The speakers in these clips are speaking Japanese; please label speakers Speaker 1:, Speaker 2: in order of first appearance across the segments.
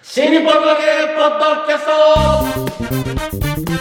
Speaker 1: 新日本のゲーポッドキャスト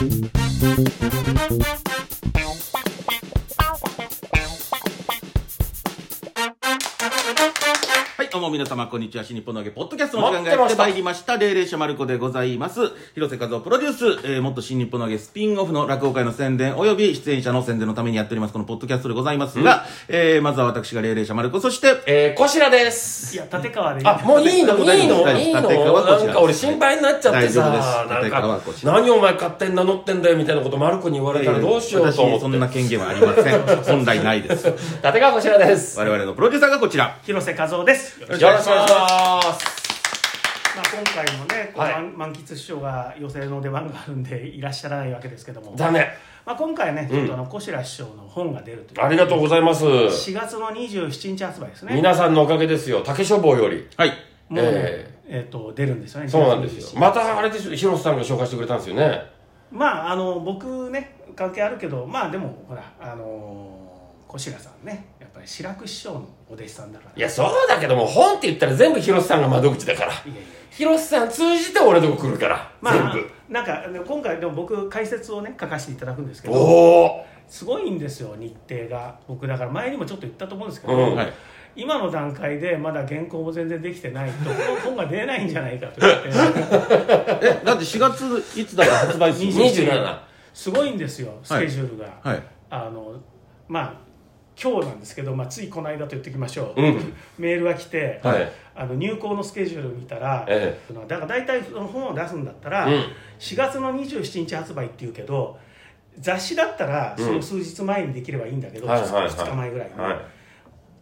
Speaker 2: はい、どうも皆様、こんにちは。新日本の揚げ、ポッドキャストの時間がやってまいりました。霊霊者マルコでございます。広瀬和夫プロデュース、えー、もっと新日本の揚げ、スピンオフの落語会の宣伝、および出演者の宣伝のためにやっております、このポッドキャストでございますが、えー、まずは私が霊霊者マルコ、そして、
Speaker 1: えー、こしらです
Speaker 3: いや、立川でいい。
Speaker 1: あ、もういいの
Speaker 2: 立川
Speaker 1: いいの
Speaker 2: 大丈夫
Speaker 1: いいの
Speaker 2: 立川こ
Speaker 1: な
Speaker 2: ちら
Speaker 1: んか俺心配になっちゃってさ、
Speaker 2: 大丈夫
Speaker 1: な
Speaker 2: です
Speaker 1: ん
Speaker 2: 立川
Speaker 1: か
Speaker 2: こ、ちら
Speaker 1: 何お前勝手に名乗ってんだよみたいなことマルコに言われたらどうしようと思っ
Speaker 2: 私、
Speaker 1: て。
Speaker 2: そんな権限はありません。 本来ないです。
Speaker 1: 立川こしらです。
Speaker 2: 我々のプロデューサーがこちら。
Speaker 3: 広瀬和夫です。まあ、
Speaker 1: よろしくお願いします。
Speaker 3: 今回もね、こう
Speaker 1: はい
Speaker 3: 満満喫師匠が寄席の出番があるんで、いらっしゃらないわけですけども。
Speaker 1: だね。
Speaker 3: まあ、今回ね、ちょっとあの、小白師匠の本が出るという。
Speaker 1: ありがとうございます。
Speaker 3: 4月の27日発売ですね。
Speaker 1: 皆さんのおかげですよ。竹書房より。
Speaker 2: はい。
Speaker 3: もうね、
Speaker 1: え
Speaker 3: えっ、と、出るんですよね。
Speaker 1: そうなんですよ。
Speaker 3: 4月27日
Speaker 1: またあれですよ。広瀬さんが紹介してくれたんですよね。
Speaker 3: まあ、あの、僕ね、関係あるけど、まあ、でも、ほら、あのー小白さんね、やっぱり白く師匠のお弟子さんだから。
Speaker 1: いや、そうだけども、本って言ったら全部広瀬さんが窓口だから。
Speaker 3: いやいや
Speaker 1: 広瀬さん通じて俺のとこ来るから。
Speaker 3: まあ
Speaker 1: 全部。、
Speaker 3: なんか、ね今回でも僕、解説をね、書かせていただくんですけど、
Speaker 1: おお。
Speaker 3: すごいんですよ日程が僕だから前にもちょっと言ったと思うんですけど、
Speaker 1: うん
Speaker 2: はい。
Speaker 3: 今の段階でまだ原稿も全然できてないと本が出ないんじゃないかと 言って
Speaker 2: え、だって4月、いつだか発売するの
Speaker 1: 二十七。
Speaker 3: すごいんですよスケジュールが、
Speaker 2: はい。
Speaker 3: あのまあ今日なんですけど、まあ、ついこの間と言っておきましょう、
Speaker 1: うん
Speaker 3: メールが来て、
Speaker 1: はい
Speaker 3: あの入稿のスケジュール見たら、
Speaker 1: え
Speaker 3: だから大体その本を出すんだったら、
Speaker 1: うん
Speaker 3: 4月の27日発売っていうけど雑誌だったらその数日前にできればいいんだけど、
Speaker 1: はい
Speaker 3: 2,
Speaker 1: はいはい
Speaker 3: 日前ぐらいに、
Speaker 1: はい。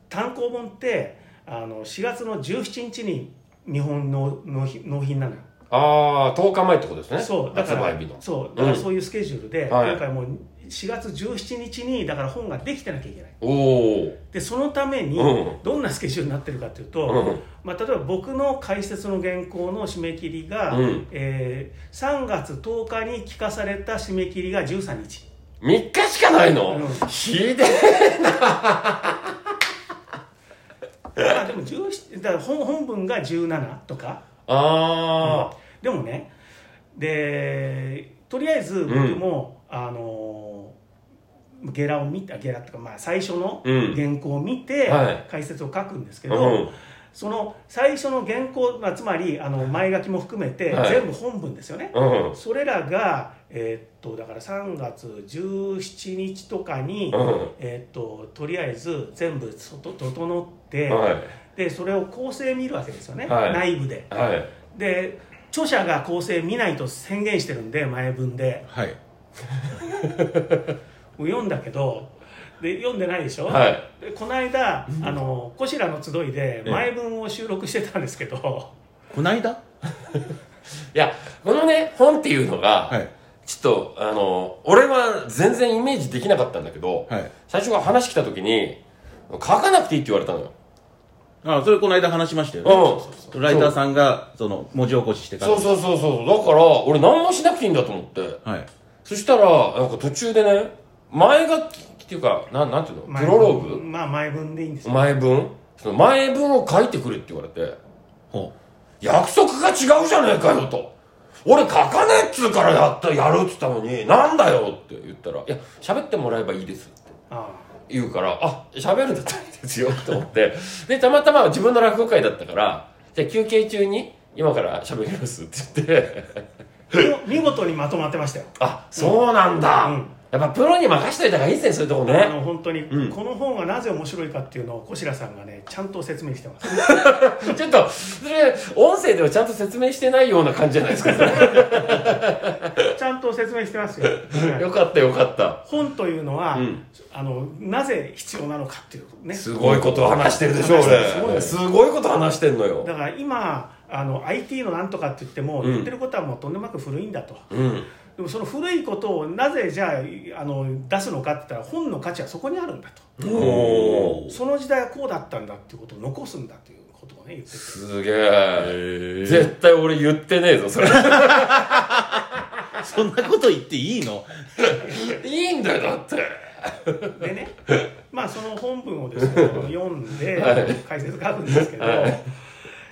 Speaker 3: 単行本ってあの4月の17日に日本の納品納品なのよ
Speaker 1: ああ、10日前ってことですね。
Speaker 3: そうだから
Speaker 1: 発売日の。
Speaker 3: そうだからそういうスケジュールで、
Speaker 1: はい
Speaker 3: 今回もう4月17日にだから本ができてなきゃいけない
Speaker 1: おお。
Speaker 3: でそのために
Speaker 1: うん
Speaker 3: どんなスケジュールになってるかというと、
Speaker 1: うん
Speaker 3: まあ、例えば僕の解説の原稿の締め切りが、
Speaker 1: うん
Speaker 3: えー3月10日に聞かされた締め切りが13日
Speaker 1: 3日しかないの、
Speaker 3: うん
Speaker 1: ひで
Speaker 3: まあでも17だから本本文が17とか
Speaker 1: あ
Speaker 3: でもねでとりあえず僕も、あのーゲラを見たゲラとか、まあ、最初の
Speaker 1: うん
Speaker 3: 原稿を見て
Speaker 1: はい
Speaker 3: 解説を書くんですけ
Speaker 1: あ、
Speaker 3: ど、
Speaker 1: うん、
Speaker 3: その最初の原稿、まあ、つまりあの前書きも含めて
Speaker 1: はい
Speaker 3: 全部本文ですよね、
Speaker 1: うん、
Speaker 3: それらが、えーっとだから3月17日とかに、
Speaker 1: うん
Speaker 3: えーっととりあえず全部そと整って、
Speaker 1: は
Speaker 3: でそれを構成見るわけですよね、
Speaker 1: はい
Speaker 3: 内部で
Speaker 1: い、はい、
Speaker 3: で著者が構成見ないと宣言してるんで前文で
Speaker 2: はい。
Speaker 3: もう読んだけどで読んでないでしょ、
Speaker 1: はい
Speaker 3: でこの間あの「こしらの集い」で前文を収録してたんです けど、
Speaker 2: こないだ
Speaker 1: いやこのね本っていうのが、
Speaker 2: はい。
Speaker 1: ちょっとあの俺は全然イメージできなかったんだけど、
Speaker 2: はい。
Speaker 1: 最初から話来た時に書かなくていいって言われたのよ
Speaker 2: ああ、それこの間話しましたよね。
Speaker 1: う
Speaker 2: ライターさんが、その、文字起こししてから。
Speaker 1: そうそうそうそうだから俺何もしなくていいんだと思って
Speaker 2: はい。
Speaker 1: そしたらなんか途中でね前書きっていうかなんなんていうのプ
Speaker 3: 前
Speaker 1: ロ
Speaker 3: 文
Speaker 1: ロー
Speaker 3: まあ前文でいいんです
Speaker 1: グ
Speaker 3: よ
Speaker 1: 前文その前文を書いてくれって言われて
Speaker 2: ほ
Speaker 1: 約束が違うじゃねえかよと俺書かねえっつうからやったやるっつったのになんだよって言ったら「いや喋ってもらえばいいです」って
Speaker 3: あ
Speaker 1: 言うから「あ喋るんだったらいいですよ」と思って でたまたま自分の落語会だったから「じゃあ休憩中に今から喋ります」って言って
Speaker 3: あ見見事にまとまってましたよ
Speaker 1: あそうなんだ、
Speaker 3: うん
Speaker 1: やっぱプロに任しといた方がいいですねそういうとこ
Speaker 3: あ
Speaker 1: ね
Speaker 3: の本当に、
Speaker 1: うん
Speaker 3: この本がなぜ面白いかっていうのを小白さんがねちゃんと説明して ます
Speaker 1: ちょっとそれ音声ではちゃんと説明してないような感じじゃないですか、
Speaker 3: ちゃんと説明してますよ、は い
Speaker 1: よかったよかった
Speaker 3: 本というのは、
Speaker 1: うん
Speaker 3: あのなぜ必要なのかっていうね
Speaker 1: すごいことを話してるでしょ
Speaker 3: 話してるすごい
Speaker 1: 俺すごいこと話してんのよ
Speaker 3: だから今あの IT のなんとかって言っても、
Speaker 1: うん
Speaker 3: 言ってることはもうとんでもなく古いんだと
Speaker 1: うん
Speaker 3: でもその古いことをなぜじゃああの出すのかって言ったら本の価値はそこにあるんだと
Speaker 2: う。
Speaker 1: お
Speaker 2: ー
Speaker 3: その時代はこうだったんだっていうことを残すんだということをね言ってて
Speaker 1: すげえ絶対俺言ってねえぞそれ
Speaker 2: そんなこと言っていいの
Speaker 1: いいんだよだって
Speaker 3: で ねまあその本文をですね読んで
Speaker 1: はい
Speaker 3: 解説書くんですけど、
Speaker 1: は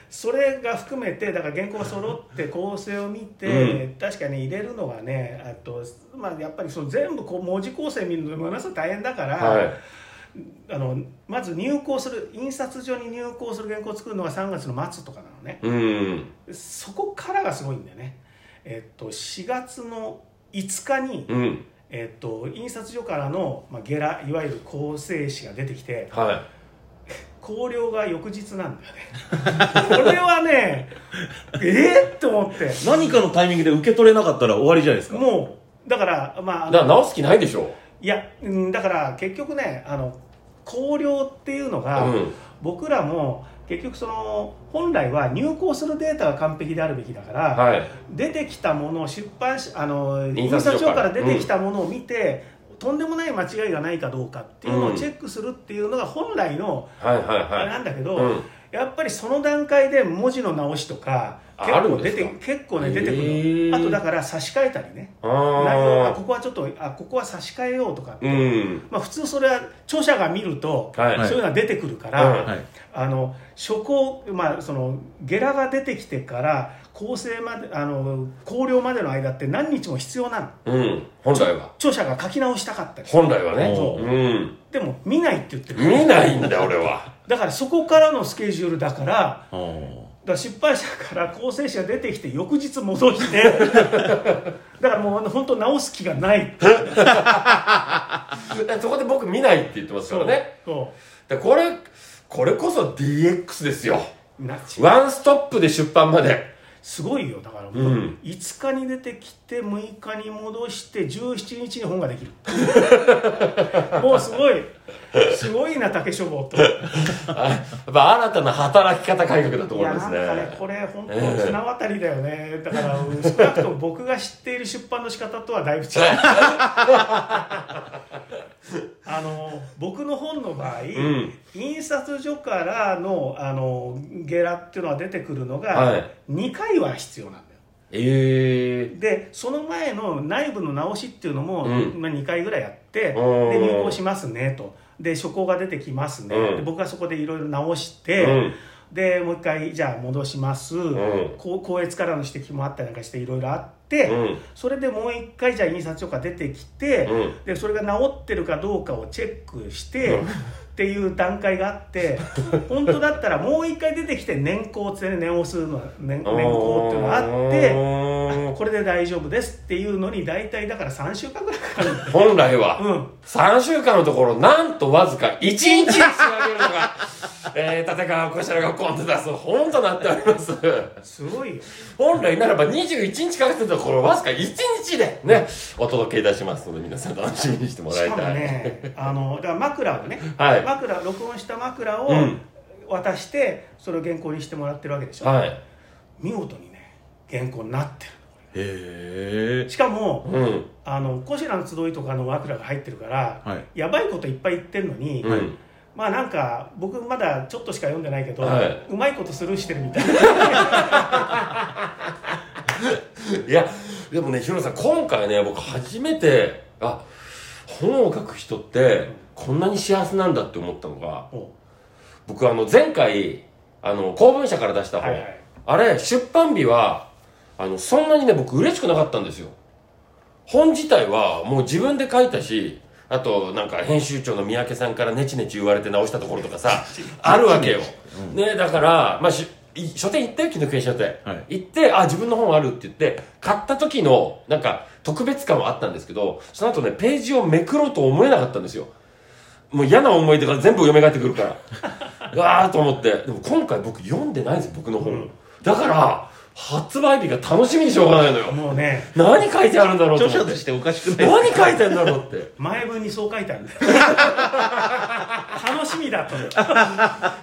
Speaker 3: それが含めてだから原稿が揃って構成を見て、
Speaker 1: う
Speaker 3: 確かに入れるのがねあと、まあ、やっぱりその全部こう文字構成見るのものすごい大変だから、
Speaker 1: はい
Speaker 3: あのまず入稿する印刷所に入稿する原稿を作るのが3月の末とかなのね
Speaker 1: うん
Speaker 3: そこからがすごいんだよねえっと4月の5日に、
Speaker 1: うん
Speaker 3: えっと、印刷所からの、まあ、ゲラいわゆる構成紙が出てきて
Speaker 1: は
Speaker 3: 校了が翌日なんだよねこれはねえっと思って
Speaker 2: 何かのタイミングで受け取れなかったら終わりじゃないですか。
Speaker 3: もうだからまあ
Speaker 1: いだから直す気ないでしょ
Speaker 3: いやうんだから結局ねあの校了っていうの
Speaker 1: う
Speaker 3: が、
Speaker 1: ん
Speaker 3: 僕らも結局その本来は入稿するデータが完璧であるべきだから、
Speaker 1: はい
Speaker 3: 出てきたものを出版しあの
Speaker 1: 印
Speaker 3: 印
Speaker 1: 刷所から
Speaker 3: 刷所から出てきたものを見て、とんでもない間違いがないかどうかっていうの
Speaker 1: う
Speaker 3: を
Speaker 1: ん
Speaker 3: チェックするっていうのが本来の
Speaker 1: はいはい
Speaker 3: あれ
Speaker 1: は
Speaker 3: なんだけ
Speaker 1: い
Speaker 3: ど、
Speaker 1: うん
Speaker 3: やっぱりその段階で文字の直しとか
Speaker 1: あ
Speaker 3: 結
Speaker 1: あるん
Speaker 3: 構
Speaker 1: です
Speaker 3: 出て
Speaker 1: か
Speaker 3: 結構ね出てくるの、
Speaker 1: へー
Speaker 3: あとだから差し替えたりね内容あ
Speaker 1: あ
Speaker 3: ここはちょっとあここは差し替えようとかっ
Speaker 1: あ
Speaker 3: て、
Speaker 1: うん
Speaker 3: まあ、普通それは著者が見ると、
Speaker 1: はい
Speaker 2: はい
Speaker 3: そういうのが出てくるから、
Speaker 1: うん
Speaker 2: はい。
Speaker 3: あの初稿、まあ、そのゲラが出てきてから構成まであの校了までの間って何日も必要なの
Speaker 1: うん本来は
Speaker 3: 著者が書き直したかったり
Speaker 1: 本来はね
Speaker 2: そ
Speaker 1: う
Speaker 2: う
Speaker 1: ん
Speaker 3: でも見ないって言ってる
Speaker 1: 見ないんだよ俺は
Speaker 3: だからそこからのスケジュールだからだか
Speaker 2: あー
Speaker 3: ら出版社から構成者が出てきて翌日戻して だからもう本当直す気がない
Speaker 1: そこで僕見ないって言ってますからね
Speaker 3: そ
Speaker 1: でこれこれこそ DX ですよ
Speaker 3: うな
Speaker 1: ワンストップで出版まです
Speaker 3: ごいよだからもう、
Speaker 1: うん
Speaker 3: 5日に出てきて6日に戻して17日に本ができる もうすごいすごいな竹書房とい
Speaker 1: あやっぱ新たな働き方改革だと思い
Speaker 3: や
Speaker 1: ま
Speaker 3: な
Speaker 1: す
Speaker 3: ん
Speaker 1: ね
Speaker 3: かねこれ本当綱渡りだよね、だから少なくとも僕が知っている出版の仕方とはだいぶ違 うあの僕の本の場合、
Speaker 1: ん
Speaker 3: 印刷所からのあのゲラっていうのは出てくるの
Speaker 1: は
Speaker 3: が
Speaker 1: い
Speaker 3: 2回は必要なんだよ、
Speaker 1: え
Speaker 3: でその前の内部の直しっていうのも、
Speaker 1: うん
Speaker 3: まあ、2回ぐらいやって、
Speaker 1: うん
Speaker 3: で入稿しますねとで初稿が出てきますね、
Speaker 1: うん
Speaker 3: で僕がそこでいろいろ直し
Speaker 1: え
Speaker 3: て、でもう一回じゃあ戻します、
Speaker 1: ん
Speaker 3: こう校閲からの指摘もあったりなんかしていろいろあって、
Speaker 1: うん
Speaker 3: それでもう一回じゃあ印刷所から出てきて、
Speaker 1: うん
Speaker 3: でそれが治ってるかどうかをチェックして、
Speaker 1: うん
Speaker 3: っていう段階があって 本当だったらもう一回出てきて年功ってね念をするの年年功っていうのがあって。これで大丈夫ですっていうのに大体だから3週間ぐらいかかる
Speaker 1: 本来は、
Speaker 3: うん
Speaker 1: 3週間のところなんとわずか1日に仕上げるのが、 えー、立川こちらがコント出す本となっております
Speaker 3: すごいよ
Speaker 1: 本来ならば21日かかってたところわずか1日でねお届けいたしますので皆さん楽しみにしてもら
Speaker 3: し
Speaker 1: い
Speaker 3: かも
Speaker 1: たい、
Speaker 3: ねあのだから枕をね、
Speaker 1: はい
Speaker 3: 枕録音した枕
Speaker 1: う
Speaker 3: を
Speaker 1: ん
Speaker 3: 渡してそれを原稿にしてもらってるわけでしょ、
Speaker 1: はい
Speaker 3: 見事にね原稿になって
Speaker 2: へ
Speaker 3: るしかも
Speaker 1: うん
Speaker 3: あのコシラの集いとかの枕が入ってるから、
Speaker 2: はい
Speaker 3: やばいこといっぱい言ってるのに、
Speaker 1: うん
Speaker 3: まあなんか僕まだちょっとしか読んでないけど、
Speaker 1: はいう
Speaker 3: まいことスルーしてるみたいな
Speaker 1: いやでもねヒロさん今回ね僕初めてあ本を書く人ってこんなに幸せなんだって思ったのが
Speaker 3: も
Speaker 1: 僕あの前回あの公文社から出し
Speaker 3: う
Speaker 1: た
Speaker 3: は
Speaker 1: 本、
Speaker 3: いはい
Speaker 1: あれ出版日はあのそんなにね僕嬉しくなかったんですよ本自体はもう自分で書いたしあとなんか編集長の三宅さんからネチネチ言われて直したところとかさあるわけよ、ねだからまあしい書店行ったよ紀抜け書店、
Speaker 2: はい
Speaker 1: 行ってあ自分の本あるって言って買った時のなんか特別感はあったんですけどその後ねページをめくろうと思えなかったんですよもう嫌な思い出が全部蘇ってくるから うわーと思ってでも今回僕読んでないんですよ僕の本、だから発売日が楽しみにしょうがないのよ
Speaker 3: もうね
Speaker 1: 何書いてあるんだろうと
Speaker 2: 著
Speaker 1: 思
Speaker 2: 者
Speaker 1: って
Speaker 2: としておかしくない
Speaker 1: 何書いてんだろうって
Speaker 3: 前文にそう書いてある楽しみだと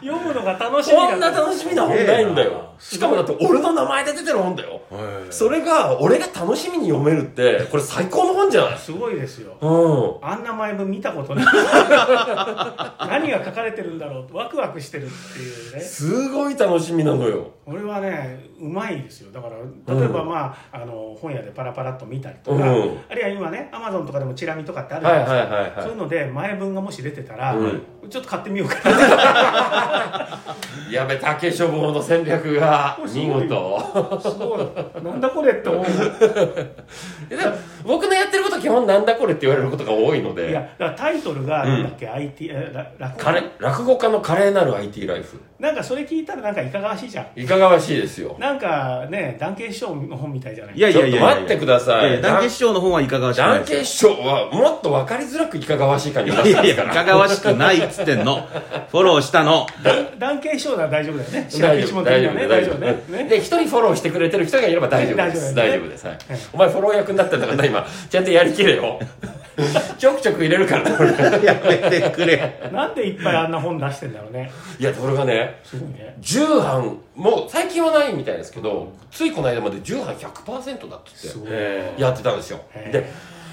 Speaker 3: 読むのが楽しみだ
Speaker 1: こんな楽しみな本ないんだよしかもだって俺の名前で出てる本だよ
Speaker 2: へえ
Speaker 1: それが俺が楽しみに読めるってこれ最高の本じゃない
Speaker 3: すごいですよ
Speaker 1: うん
Speaker 3: あんな前文見たことない何が書かれてるんだろうとワクワクしてるっていうね
Speaker 1: すごい楽しみなのよ
Speaker 3: 俺はねうまいですよだから例えば、
Speaker 1: うん
Speaker 3: まああの本屋でパラパラっと見たりとか、
Speaker 1: うん
Speaker 3: あるいは今ねアマゾンとかでもチラ見とかってあるじゃ
Speaker 1: はい
Speaker 3: ないですか、
Speaker 1: はいはい
Speaker 3: そうい
Speaker 1: は
Speaker 3: うので前文がもし出てたら、
Speaker 1: うん
Speaker 3: ちょっと買ってみようかな
Speaker 1: いいやべ、竹処分の戦略が
Speaker 3: これすご
Speaker 1: 見
Speaker 3: い
Speaker 1: 事。
Speaker 3: すごいなんだこれって思う
Speaker 1: でも僕のやってること基本なんだこれって言われることが多いので、
Speaker 3: いやだからタイトルが
Speaker 1: うん
Speaker 3: なんだっけ、IT えら落語
Speaker 1: 彼落語家の華麗なる IT ライフ。
Speaker 3: なんかそれ聞いたらなんかいかがわしいじゃん
Speaker 1: いかがわしいですよ。
Speaker 3: なんかね談慶師匠の本みたいじゃない
Speaker 2: いやいやいやいや
Speaker 1: ちょっと待ってください
Speaker 2: やや団結師匠の方はいかがわしくない
Speaker 1: 団
Speaker 2: ですよ
Speaker 1: 結賞はもっと分かりづらくいかがわしいかに言わ
Speaker 2: い
Speaker 1: せた
Speaker 2: や
Speaker 1: ん
Speaker 2: い
Speaker 1: ですか。
Speaker 2: や、いからがわしくないっつって んの。フォローしたの。
Speaker 3: 談慶師匠なら大丈夫だよね白
Speaker 1: 大
Speaker 3: 石
Speaker 1: 丈夫
Speaker 3: 門的
Speaker 1: 大
Speaker 3: に
Speaker 1: 丈
Speaker 3: はね
Speaker 1: 夫
Speaker 3: 大
Speaker 1: 大丈
Speaker 3: 丈夫
Speaker 1: 夫
Speaker 3: ね
Speaker 1: ね
Speaker 3: ね
Speaker 1: で一人フォローしてくれてる人がいれば大丈夫です
Speaker 3: 大
Speaker 1: 大
Speaker 3: 丈
Speaker 1: 丈夫
Speaker 3: 夫で
Speaker 1: ですす、
Speaker 3: ね
Speaker 1: はい、お前フォロー役になってんだからな今ちゃんとやりきれよちょくちょく入れるからな俺
Speaker 2: やめてくれ。
Speaker 3: なんでいっぱいあんな本出してんだろうね
Speaker 1: いやそれがね
Speaker 3: すごいね
Speaker 1: 重版もう最近はないみたいですけどついこの間まで重版100%だっつ
Speaker 3: す
Speaker 1: っ
Speaker 3: ごい
Speaker 1: てやってたんですよ
Speaker 3: へえ
Speaker 1: で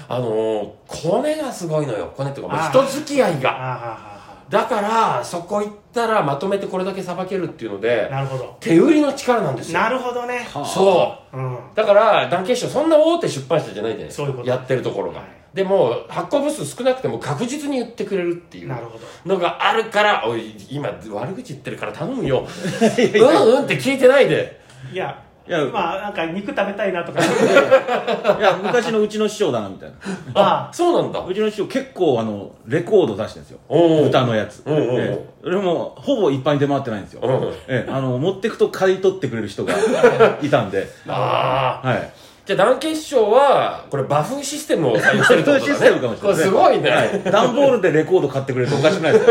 Speaker 1: あのー、コネがすごいのよコネっていうかもう
Speaker 3: あ
Speaker 1: 人付き合い
Speaker 3: あー
Speaker 1: が
Speaker 3: は
Speaker 1: だからそこ行ったらまとめてこれだけさばけるっていうの
Speaker 3: ーはーはー
Speaker 1: で
Speaker 3: なるほど
Speaker 1: 手売りの力なんですよ
Speaker 3: なるほどね
Speaker 1: そう
Speaker 3: うん
Speaker 1: だから団結賞そんな大手出版社じゃないじゃないですか
Speaker 3: そういうこと
Speaker 1: やってるところが、
Speaker 3: はい
Speaker 1: でも発行部数少なくても確実に言ってくれるっていう
Speaker 3: なるほど
Speaker 1: のがあるからおい今悪口言ってるから頼 むようんうんって聞いてないで
Speaker 3: いや
Speaker 2: いや
Speaker 3: まあなんか肉食べたい なとか
Speaker 2: いや、昔のうちの師匠だな、みたいな。
Speaker 1: あそうなんだ
Speaker 2: うちの師匠結構、あの、レコード出してるんですよ。
Speaker 1: おー
Speaker 2: 歌のやつ。
Speaker 1: うんうんうん
Speaker 2: ええそれも、ほぼ一般に出回ってないんですよ。
Speaker 1: うん
Speaker 2: ええあの、持ってくと買い取ってくれ る人がいたんで。
Speaker 1: ああ
Speaker 2: はい。
Speaker 1: じゃあ団結賞はこれバフシステムを採用してるってことだ、ね、
Speaker 2: システムかもしれない
Speaker 1: こすごいね、、
Speaker 2: はいい段ボールでレコード買ってくれるとおかしくないです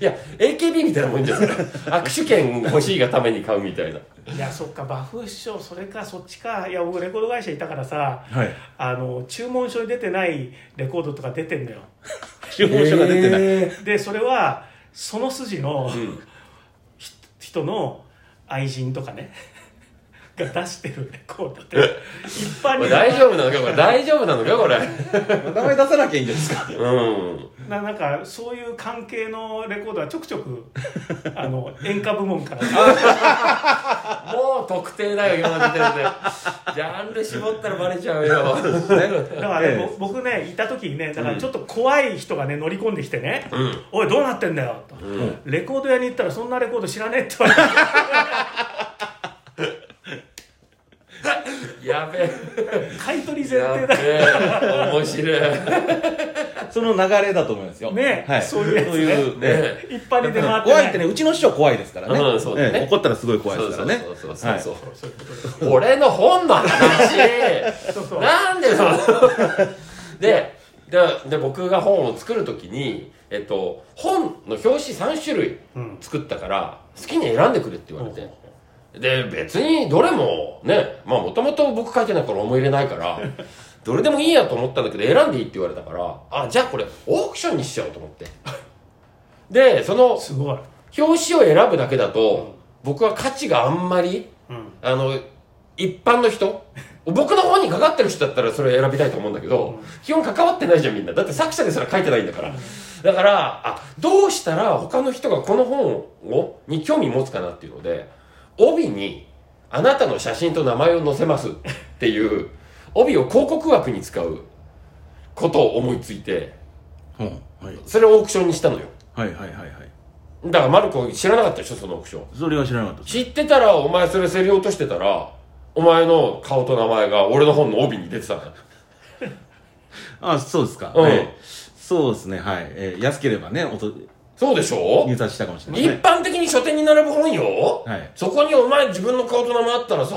Speaker 2: か
Speaker 1: や AKB みたいなもんじゃない握手券欲しいがために買うみたいない
Speaker 3: やそっかバフ師匠それかそっちかいや僕レコード会社いたからさ
Speaker 2: はい。
Speaker 3: あの注文書に出てないレコードとか出てんだよ
Speaker 2: 注文書が出てない。
Speaker 1: え
Speaker 3: でそれはその筋の、
Speaker 1: ーうん
Speaker 3: ひ人の愛人とかね が出してるレコードって一般
Speaker 1: これ
Speaker 3: に
Speaker 1: 大丈夫なのかこれ大丈夫なのかこれ
Speaker 2: 名前出さなきゃいいんじゃないですか。
Speaker 1: うん
Speaker 3: ななんかそういう関係のレコードはちょくちょくあの演歌部門から
Speaker 1: もう特定だよ、今の時点で。ジャンル絞ったらバレちゃうよ。
Speaker 3: だからね、
Speaker 2: ええ
Speaker 3: ぼ僕ねいた時にねだからちょっと怖い人がね乗り込んできてね「
Speaker 1: ん
Speaker 3: おいどうなってんだよ」と、
Speaker 1: ん
Speaker 3: レコード屋に行ったらそんなレコード知らねえ」って言われて
Speaker 1: やべ
Speaker 3: 買い取り
Speaker 1: え。
Speaker 3: 前
Speaker 1: やべ
Speaker 3: 提だ
Speaker 1: え。面白い。
Speaker 2: その流れだと思いますよ。
Speaker 3: ね
Speaker 2: はい。
Speaker 3: そういうやつね
Speaker 2: そういうね
Speaker 1: ね
Speaker 3: 一般に出回ってない
Speaker 2: 怖いってね、うちの師匠怖いですからね。
Speaker 1: うんそうだね
Speaker 2: ええ怒ったらすごい怖い
Speaker 1: そ
Speaker 2: で
Speaker 1: う
Speaker 2: すか
Speaker 1: そ
Speaker 2: ら
Speaker 1: う
Speaker 2: ね。
Speaker 1: そうそうそう。
Speaker 3: そういうことです
Speaker 1: 俺の本の話
Speaker 3: そうそう
Speaker 1: なんでそのででで僕が本を作るときに、えっと、本の表紙3種類
Speaker 3: うん
Speaker 1: 作ったから好きに選んでくれって言われて、で別にどれもねまあもともと僕書いてないから思い入れないから どれでもいいやと思ったんだけど選んでいいって言われたからあじゃあこれオークションにしちゃおうと思ってでその
Speaker 3: すごい、
Speaker 1: 表紙を選ぶだけだと僕は価値があんまり
Speaker 3: うん、
Speaker 1: あの、一般の人僕の方にかかってる人だったらそれ選びたいと思うんだけど、基本関わってないじゃんみんな。だって作者ですら書いてないんだから。だから、あ、どうしたら他の人がこの本を、に興味持つかなっていうので、帯に、あなたの写真と名前を載せますっていう、 帯を広告枠に使うことを思いついて、
Speaker 2: うんはい
Speaker 1: それをオークションにしたのよ。
Speaker 2: はいはいはいはい。
Speaker 1: だからマルコ知らなかったでしょ、そのオークション。
Speaker 2: それは知らなかったです。
Speaker 1: 知ってたらお前それ競り落としてたらお前の顔と名前が俺の本の帯に出てたから
Speaker 2: あ、そうですか。
Speaker 1: うん
Speaker 2: ええそうですね、はい。ええ安ければね、おと
Speaker 1: そうでしょ
Speaker 2: 入札したかもしれない
Speaker 1: 一
Speaker 2: ですね。
Speaker 1: 般的に書店に並ぶ本よ、
Speaker 2: はい
Speaker 1: そこにお前自分の顔と名前あったらさ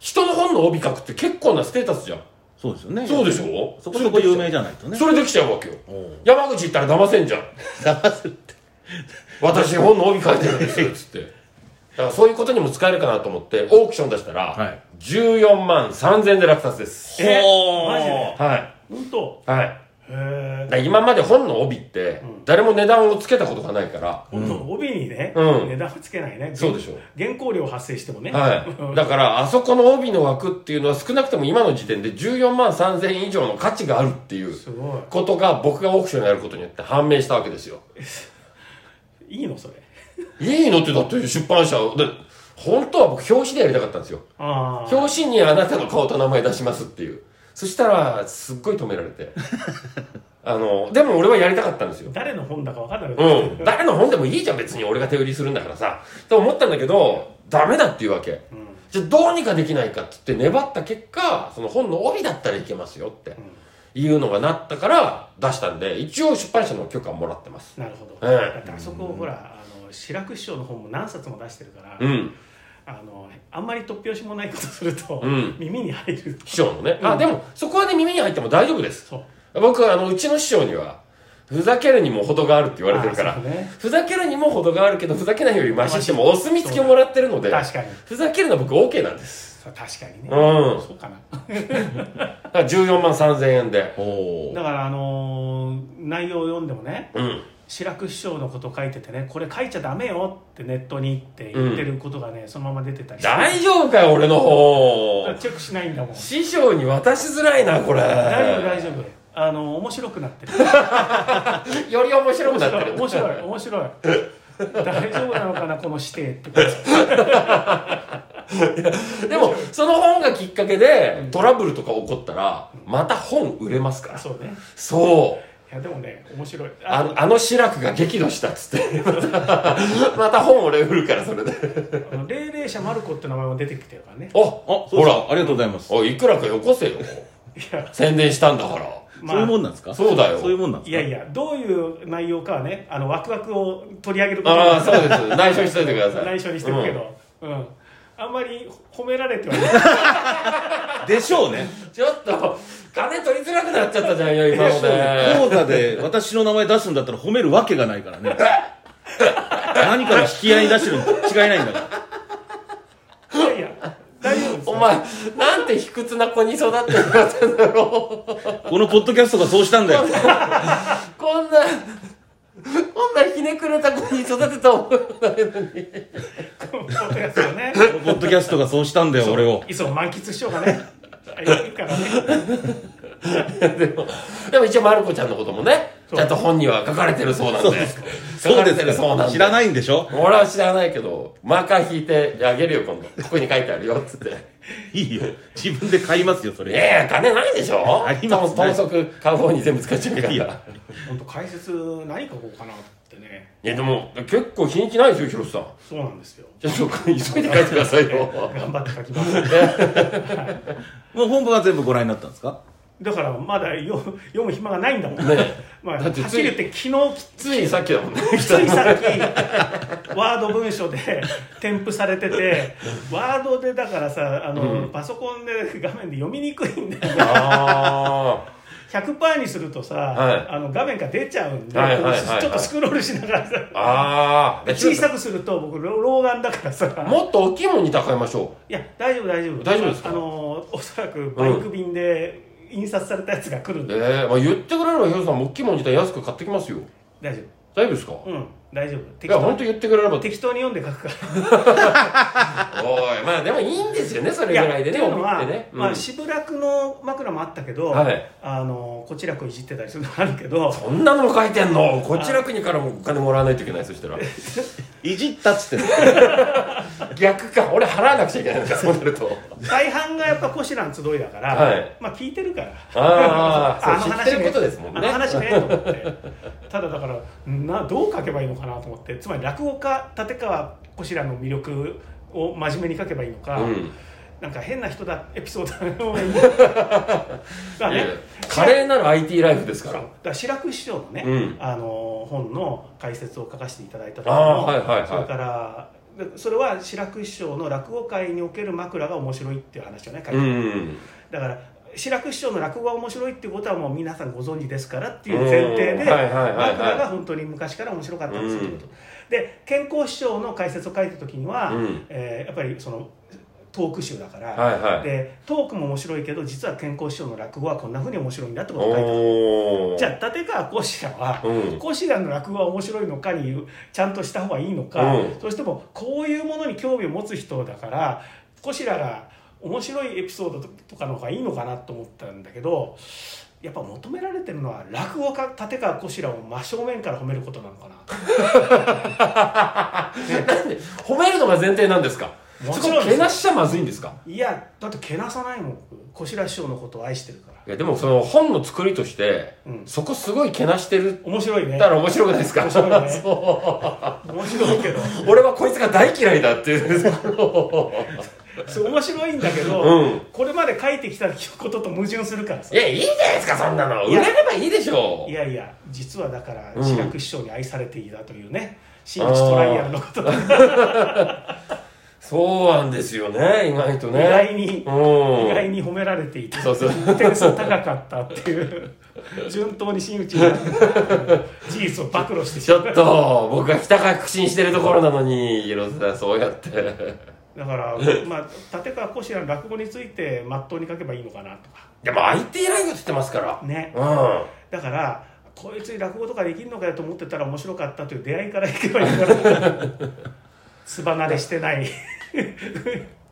Speaker 1: 人の本の帯書くって結構なステータスじゃん
Speaker 2: そうですよね。
Speaker 1: そうでし
Speaker 2: ょ。
Speaker 1: ょ
Speaker 2: そこそこ有名
Speaker 1: じ
Speaker 2: じゃないとね。
Speaker 1: それできちゃうわけよ
Speaker 2: おう
Speaker 1: 山口行ったら騙せんじゃん
Speaker 2: 騙せるって。
Speaker 1: 私本の帯書いてるんですよつってだからそういうことにも使えるかなと思ってオークション出したら、
Speaker 2: はい
Speaker 1: 14万3000円で落札です
Speaker 3: え
Speaker 2: ほー
Speaker 3: マジで
Speaker 1: は
Speaker 3: 本当
Speaker 1: いはい
Speaker 3: へえ
Speaker 1: だから今まで本の帯って誰も値段をつけたことがないから、
Speaker 3: 本当、帯にね、
Speaker 1: うん
Speaker 3: 値段はつけないね
Speaker 1: そうでしょ
Speaker 3: 原稿料発生してもね、
Speaker 1: はい、だからあそこの帯の枠っていうのは少なくとも今の時点で14万3000円以上の価値があるっていう
Speaker 3: すご
Speaker 1: ことが僕がオークションにやることによって判明したわけですよ
Speaker 3: いいいのそれ
Speaker 1: いいのってだって出版社で本当は僕表紙でやりたかったんですよ
Speaker 3: ああ
Speaker 1: 表紙にあなたの顔と名前出しますっていうそしたらすっごい止められてあのでも俺はやりたかったんですよ
Speaker 3: 誰の本だか分かんないけど
Speaker 1: うん誰の本でもいいじゃん別に俺が手売りするんだからさと思ったんだけどダメだっていうわけ
Speaker 3: うん
Speaker 1: じゃあどうにかできないかって言って粘った結果その本の帯だったらいけますよっていうのがなったから出したんで一応出版社の許可もらってます
Speaker 3: なるほど、
Speaker 1: ええ
Speaker 3: だってあそこほらあの志らく師匠の本も何冊も出してるから、
Speaker 1: うん
Speaker 3: あのあんまり突拍子もないことすると、
Speaker 1: うん
Speaker 3: 耳に入る
Speaker 1: 師匠のねあでもそこはね耳に入っても大丈夫です
Speaker 3: そう
Speaker 1: 僕はあのうちの師匠にはふざけるにも程があるって言われてるから
Speaker 3: あそうね
Speaker 1: ふざけるにも程があるけどふざけないよりマシってもお墨付きをもらってるので
Speaker 3: 確かに
Speaker 1: ふざけるのは僕 OK なんです
Speaker 3: そう確かにね、
Speaker 1: うん
Speaker 3: そうかな
Speaker 1: だから14万3000円で
Speaker 2: お
Speaker 3: だ
Speaker 2: ー
Speaker 3: からあのー内容を読んでもね
Speaker 1: うん
Speaker 3: 志らく師匠のこと書いててねこれ書いちゃダメよってネットにって言ってることがね、そのまま出てたりして
Speaker 1: 大丈夫かよ俺の
Speaker 3: だから
Speaker 1: 方
Speaker 3: チェックしないんだもん
Speaker 1: 師匠に渡しづらいなこれ
Speaker 3: 大丈夫大丈夫あの面白くなってる
Speaker 1: より面白く
Speaker 3: 面
Speaker 1: なって
Speaker 3: 白い
Speaker 1: る
Speaker 3: 面白い面白い大丈夫なのかなこの指定って
Speaker 1: でもその本がきっかけでトラブルとか起こったらまた本売れますから
Speaker 3: そうね
Speaker 1: そう
Speaker 3: いやでもね面白いあ
Speaker 1: ああの志らくが激怒したっつって またまた本俺売るからそれで
Speaker 3: あの霊霊者マルコって名前も出てきてるからね
Speaker 1: あ
Speaker 2: あ
Speaker 1: あ
Speaker 2: そう
Speaker 1: ほら
Speaker 2: ほらありがとうございます
Speaker 1: おいいくらかよこせよ
Speaker 3: いや,、
Speaker 1: 宣伝したんだから
Speaker 3: ま
Speaker 2: そういうも
Speaker 3: あ、
Speaker 2: んなんですか
Speaker 1: そうだよ
Speaker 2: そういうもんなんです
Speaker 3: い
Speaker 2: か
Speaker 3: やいやどういう内容かはねあのワクワクを取り上げること
Speaker 1: ああ
Speaker 3: は
Speaker 1: そうです内緒にしといてください
Speaker 3: 内緒にしてるけど、うんあんまり褒められてはない
Speaker 2: でしょう ね
Speaker 1: うんちょっと金取りづらくなっちゃったじゃんよ今ので
Speaker 2: 講座で私の名前出すんだったら褒めるわけがないか らね何かの引き合いに出してるに違いないんだから
Speaker 3: いやいや大丈夫です
Speaker 1: お 前なんて卑屈な子に育ってもらったんだろう
Speaker 2: このポッドキャストがそうしたんだよ
Speaker 1: こんなこんなひねくれた子に育てた思いもないのに
Speaker 3: このポッドキャストをね
Speaker 2: このポッドキャストがそうしたんだよ俺を
Speaker 3: いつも満喫しようが ねいるからね
Speaker 1: でもでも一応まる子ちゃんのこともね
Speaker 3: そう
Speaker 1: ちゃんと本には書かれてるそうなんで
Speaker 2: そうです
Speaker 1: 書
Speaker 2: そ
Speaker 1: か
Speaker 2: う
Speaker 1: れ
Speaker 2: です
Speaker 1: てるそうなんで
Speaker 2: 知らないんでしょ
Speaker 1: 俺は知らないけどマーカー引いてあげるよ今度ここに書いてあるよっつ って
Speaker 2: いいよ自分で買いますよそ
Speaker 1: い
Speaker 2: れ
Speaker 1: やいや金ないでしょ
Speaker 2: あります
Speaker 1: 豚足買う方に全部使っちゃうから
Speaker 2: い
Speaker 1: い
Speaker 2: や
Speaker 1: や
Speaker 3: 本当解説何書こうかなってね
Speaker 1: でも結構日にちないですよ広瀬さん
Speaker 3: そうなんで すよ
Speaker 1: じゃあちょっと急いで書いてくださいよ
Speaker 3: 頑張って書きます
Speaker 2: もう本部は全部ご覧になったんですか
Speaker 3: だからまだよ読む暇がないんだもん、
Speaker 1: ねえ
Speaker 3: まあ、は
Speaker 1: だ
Speaker 3: っ
Speaker 1: って
Speaker 3: き
Speaker 1: つい
Speaker 3: り言って昨日き
Speaker 1: ついさっきだもんね
Speaker 3: ついさっきワード文書で添付されててワードでだからさあの、パソコンで画面で読みにくいんだよ
Speaker 1: あ
Speaker 3: 100%にするとさ、
Speaker 1: はい
Speaker 3: あの画面から出ちゃうんで、
Speaker 1: はいはいはいはい
Speaker 3: ちょっとスクロールしながらさ
Speaker 1: あああ
Speaker 3: 小さくすると僕老老眼だからさ
Speaker 1: もっと大きいものに高えましょ
Speaker 3: いや大丈夫大丈夫
Speaker 1: 大丈夫ですか
Speaker 3: あのおそらくバイク便で印刷されたやつが来るん
Speaker 1: う
Speaker 3: で、
Speaker 1: ええまあ、言ってくれれば広瀬さんも大きいもの自体安く買ってきますよ
Speaker 3: 大丈
Speaker 1: 大丈夫ですか、
Speaker 3: 夫うん大丈夫
Speaker 1: い
Speaker 3: 適
Speaker 1: や本当
Speaker 3: 当
Speaker 1: 言ってくれればおい
Speaker 3: 適当に読んで書くから
Speaker 1: まあでもいいんですよねそれ
Speaker 3: い
Speaker 1: ぐらいで
Speaker 3: って
Speaker 1: ね
Speaker 3: いうの
Speaker 1: 帯
Speaker 3: は、
Speaker 1: ってね、うん
Speaker 3: まあ渋楽の枕もあったけど、
Speaker 1: はい
Speaker 3: あのこちらこいじってたりするのもあるけど
Speaker 1: そんなのも書いてんのこちら国からもお金もらわないといけないそ したら
Speaker 2: いじったっつってんの
Speaker 1: 逆か俺払わなくちゃいけないのかそうなると
Speaker 3: 大半がやっぱコシラン集いだから、
Speaker 1: はい
Speaker 3: まあ聞いてるから
Speaker 1: あ あ
Speaker 3: の
Speaker 1: そう知っ
Speaker 3: 話
Speaker 1: てることですもんね
Speaker 3: あの話ねと思って ただだからなどう書けばいいのかなと思ってつまり落語家立川こしらの魅力を真面目に書けばいいのか、
Speaker 1: うん
Speaker 3: なんか変な人だエピソードの だ
Speaker 1: いやいや華麗なる IT ライフです
Speaker 3: そう
Speaker 1: か
Speaker 3: だ
Speaker 1: ら
Speaker 3: から志らく師匠のね、
Speaker 1: うん
Speaker 3: あの本の解説を書かせていただいた時
Speaker 1: あ
Speaker 3: も、
Speaker 1: ーはいはいはい
Speaker 3: それからでそれは志らく師匠の落語界における枕が面白いっていう話をね書いて
Speaker 1: う
Speaker 3: ある
Speaker 1: ん
Speaker 3: だから志らく師匠の落語が面白いっていうことはもう皆さんご存知ですからっていう前提
Speaker 1: う
Speaker 3: で
Speaker 1: んはいはいはいはい
Speaker 3: 枕が本当に昔から面白かったんですよということで健康師匠の解説を書いた時には、
Speaker 1: うん
Speaker 3: えーやっぱりそのトーク集だから、
Speaker 1: はいはい
Speaker 3: でトークも面白いけど実は健康師匠の落語はこんなふうに面白いんだってことを書いてある
Speaker 1: おお
Speaker 3: じゃあ立川こしらは、
Speaker 1: うん
Speaker 3: こしらの落語は面白いのかにちゃんとした方がいいのか、
Speaker 1: うん
Speaker 3: そしてもこういうものに興味を持つ人だからこしらが面白いエピソードとかの方がいいのかなと思ったんだけどやっぱ求められてるのは落語家立川こしらを真正面から褒めることなのかな
Speaker 1: なんで褒めるのが前提なんですか
Speaker 3: も
Speaker 1: そ
Speaker 3: ち
Speaker 1: こ
Speaker 3: ろんです
Speaker 1: けなしちゃまずいんですか
Speaker 3: いやだってけなさないもん僕小白師匠のことを愛してるから
Speaker 1: いやでもその本の作りとして、
Speaker 3: うん
Speaker 1: そこすごいけなしてるっ
Speaker 3: 面白いね
Speaker 1: たら面白くないですか、
Speaker 3: 面白いね
Speaker 1: そ
Speaker 3: 面白いけど
Speaker 1: う俺はこいつが大嫌いだっていう
Speaker 3: そう面白いんだけど、
Speaker 1: うん
Speaker 3: これまで書いてきたことと矛盾するからさ
Speaker 1: いやいいじゃないですかそんなの
Speaker 3: い
Speaker 1: 売
Speaker 3: や
Speaker 1: れればいいでしょ
Speaker 3: いやいや実はだから
Speaker 1: うん
Speaker 3: 志らく師匠に愛されていたというね真打ちトライアルのこととか
Speaker 1: そうなんですよね意外と
Speaker 3: 意
Speaker 1: ね
Speaker 3: 外に、意
Speaker 1: うん
Speaker 3: 外に褒められていて
Speaker 1: そうそう
Speaker 3: 点数高かったっていう順当に真打ちになる事実を暴露してし
Speaker 1: ち
Speaker 3: ま
Speaker 1: ょ
Speaker 3: う
Speaker 1: っと僕がひた確信してるところなのに広瀬さんそうやって
Speaker 3: だから、まあ、立川こしらの落語についてまっとうに書けばいいのかなとか
Speaker 1: でも IT ライブって言ってますから
Speaker 3: ね
Speaker 1: うん
Speaker 3: だからこいつに落語とかできるのかよと思ってたら面白かったという出会いからいけばいいのかな つばなれしてない
Speaker 1: ね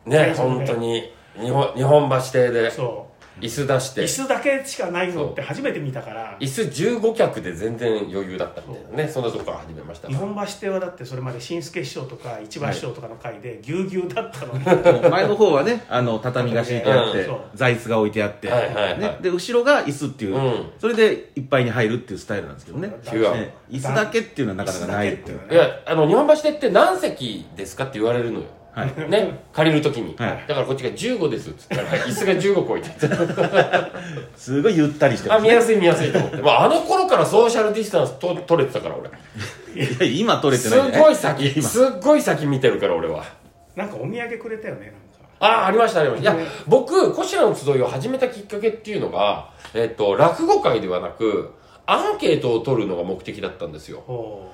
Speaker 3: 大丈夫
Speaker 1: 本当に日本日本橋邸で
Speaker 3: そう
Speaker 1: 椅子出して
Speaker 3: 椅子だけしかないのって初めて見たから
Speaker 1: 椅子15脚で全然余裕だったみたいなねそんなとこから始めました
Speaker 3: 日本橋亭はだってそれまで新助師匠とか市場師匠とかの会でぎゅうぎゅうだったのに、
Speaker 2: 前の方はね、あの、畳が敷いてあって
Speaker 3: うん、
Speaker 2: 座椅子が置いてあって、
Speaker 1: はいはいはい
Speaker 2: ね、で、後ろが椅子っていう、
Speaker 1: うん
Speaker 2: それでいっぱいに入るっていうスタイルなんですけどね。
Speaker 1: 違う
Speaker 2: ね椅子だけっていうのはなかなかないっていう。
Speaker 3: 椅子だけっていうの
Speaker 1: いやあの日本橋邸って何席ですかって言われるのよ
Speaker 2: はい。
Speaker 1: ね借りる時に、
Speaker 2: はい
Speaker 1: だからこっちが15ですっつったら椅子が15個置いてあって
Speaker 2: すごいゆったりし て
Speaker 1: あ
Speaker 2: ます
Speaker 1: 見
Speaker 2: ね。
Speaker 1: やすい見やすいと思って、 まあ、あの頃からソーシャルディスタンスと取れてたから俺
Speaker 2: いや今撮れて
Speaker 1: す
Speaker 2: ないんじゃな
Speaker 1: ごい先
Speaker 2: 今。
Speaker 1: すっごい先見てるから俺は
Speaker 3: なんかお土産くれたよねなんか
Speaker 1: ああーありましたありましたいや
Speaker 3: ね
Speaker 1: 僕こしらの集いを始めたきっかけっていうのが、えっと、落語会ではなくアンケートを取るのが目的だったんですよ
Speaker 3: ほ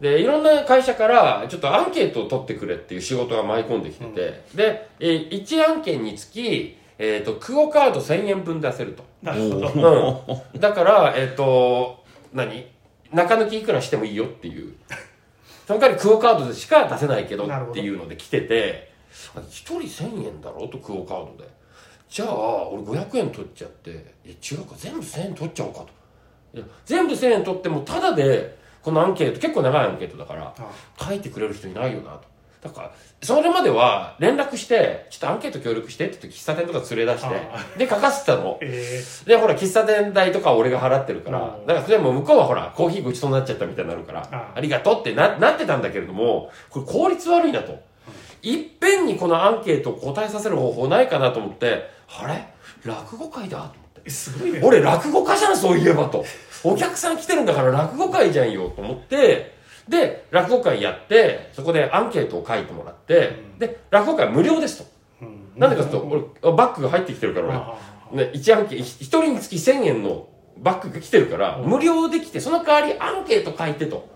Speaker 1: でいろんな会社からちょっとアンケートを取ってくれっていう仕事が舞い込んできてて、で、え1案件につき、えっとクオ・カード1000円分出せると
Speaker 3: うなるほど
Speaker 1: うん、だからえっ、と何中抜きいくらしてもいいよっていうその代わりクオ・カードでしか出せないけど
Speaker 3: なるほ
Speaker 1: っ
Speaker 3: ど
Speaker 1: ていうので来ててあ一人1000円だろとクオ・カードでじゃあ俺500円取っちゃっていや違うか全部1000円取っちゃおうかといや全部1000円取ってもただでこのアンケート結構長いアンケートだから
Speaker 3: あ
Speaker 1: 書いてくれる人いないよなと。だから、それまでは連絡して、ちょっとアンケート協力してって言って喫茶店とか連れ出して
Speaker 3: あ、
Speaker 1: で、書かせてたの。
Speaker 3: え
Speaker 1: で、ほら、喫茶店代とか俺が払ってるから
Speaker 3: う、ん
Speaker 1: だからそれも向こうはほら、コーヒーごちそうになっちゃったみたいになるから、あ
Speaker 3: ああ
Speaker 1: りがとうってななってたんだけれども、これ効率悪いなと。いっぺんにこのアンケートを答えさせる方法ないかなと思って、あれ落語会だと思って。
Speaker 3: ー、すごいね
Speaker 1: 俺落語家じゃん、そういえばと。お客さん来てるんだから落語会じゃんよと思って、で、落語会やって、そこでアンケートを書いてもらって、で、落語会無料ですと。
Speaker 3: うん
Speaker 1: なんでかというと、俺、バッグが入ってきてるから俺、
Speaker 3: あ
Speaker 1: ね、1案件、1人につき1000円のバッグが来てるから、無料できて、その代わりアンケート書いてと。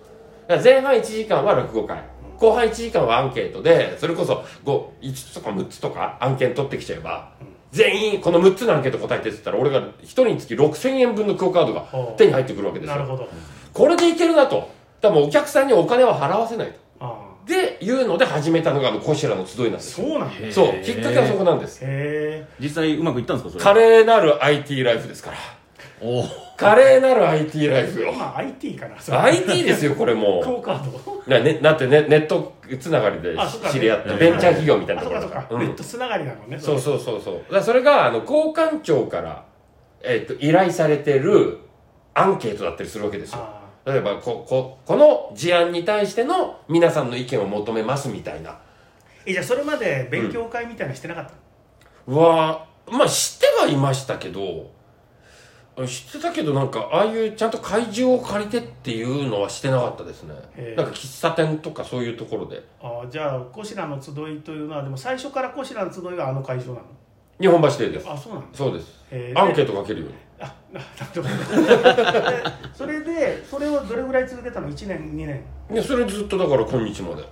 Speaker 1: だから前半1時間は落語会、後半1時間はアンケートで、それこそ5、5つとか6つとか案件取ってきちゃえば、全員この6つのアンケート答えてって言ったら、俺が1人につき6000円分のクオカードが手に入ってくるわけ
Speaker 3: ー
Speaker 1: です
Speaker 3: なる
Speaker 1: よ。
Speaker 3: ほど
Speaker 1: これでいけるなと。だからもうお客さんにお金は払わせないと。
Speaker 3: あ
Speaker 1: で、いうので始めたのがあのコシラの集いなんで
Speaker 3: ー
Speaker 1: す。
Speaker 3: そうなんだへ
Speaker 1: そう、きっかけはそこなんです。
Speaker 3: え
Speaker 2: 実際うまくいったんですかそ
Speaker 1: 華
Speaker 2: れ。
Speaker 1: 麗なる IT ライフですから。
Speaker 2: おー
Speaker 1: 華麗なる IT ライフよ。
Speaker 3: まあ IT かなそれ
Speaker 1: IT ですよ、これ
Speaker 3: ク
Speaker 1: も
Speaker 3: オカード
Speaker 1: う。な、ね、だってね、ネットつながりで
Speaker 3: あそうか
Speaker 1: 知り合った
Speaker 2: ね
Speaker 1: ベンチャー企業みたいな
Speaker 3: あ
Speaker 1: と
Speaker 3: そう
Speaker 1: こ
Speaker 3: か
Speaker 1: ろ
Speaker 3: そ
Speaker 1: だか。
Speaker 3: うから
Speaker 1: う
Speaker 3: ネッ
Speaker 1: ん
Speaker 3: トつながりなのね
Speaker 1: そう
Speaker 3: う
Speaker 1: そうそうそう。だからそれが、あの、交換庁から、えっ、と、依頼されてるアンケートだったりするわけですよ。
Speaker 3: あ
Speaker 1: 例えば、こ、こ、この事案に対しての皆さんの意見を求めますみたいな。
Speaker 3: ーえじゃあそれまで勉強会みたいなのしてなかったの、
Speaker 1: うわーまあ知ってはいましたけど、知ってたけどなんか、ああいうちゃんと怪獣を借りてっていうのはしてなかったですね
Speaker 3: へ。ー
Speaker 1: なんか喫茶店とかそういうところで。
Speaker 3: あーじゃあコシラの集いというのはでも最初からコシラの集いはあの会場なの
Speaker 1: 日本橋亭です。
Speaker 3: あそうなんだ
Speaker 1: そうです。
Speaker 3: へー
Speaker 1: アンケートかけるように。
Speaker 3: あななるほどでそれでそれをどれぐらい続けたの1年2年
Speaker 1: いやそれずっとだから今日まで。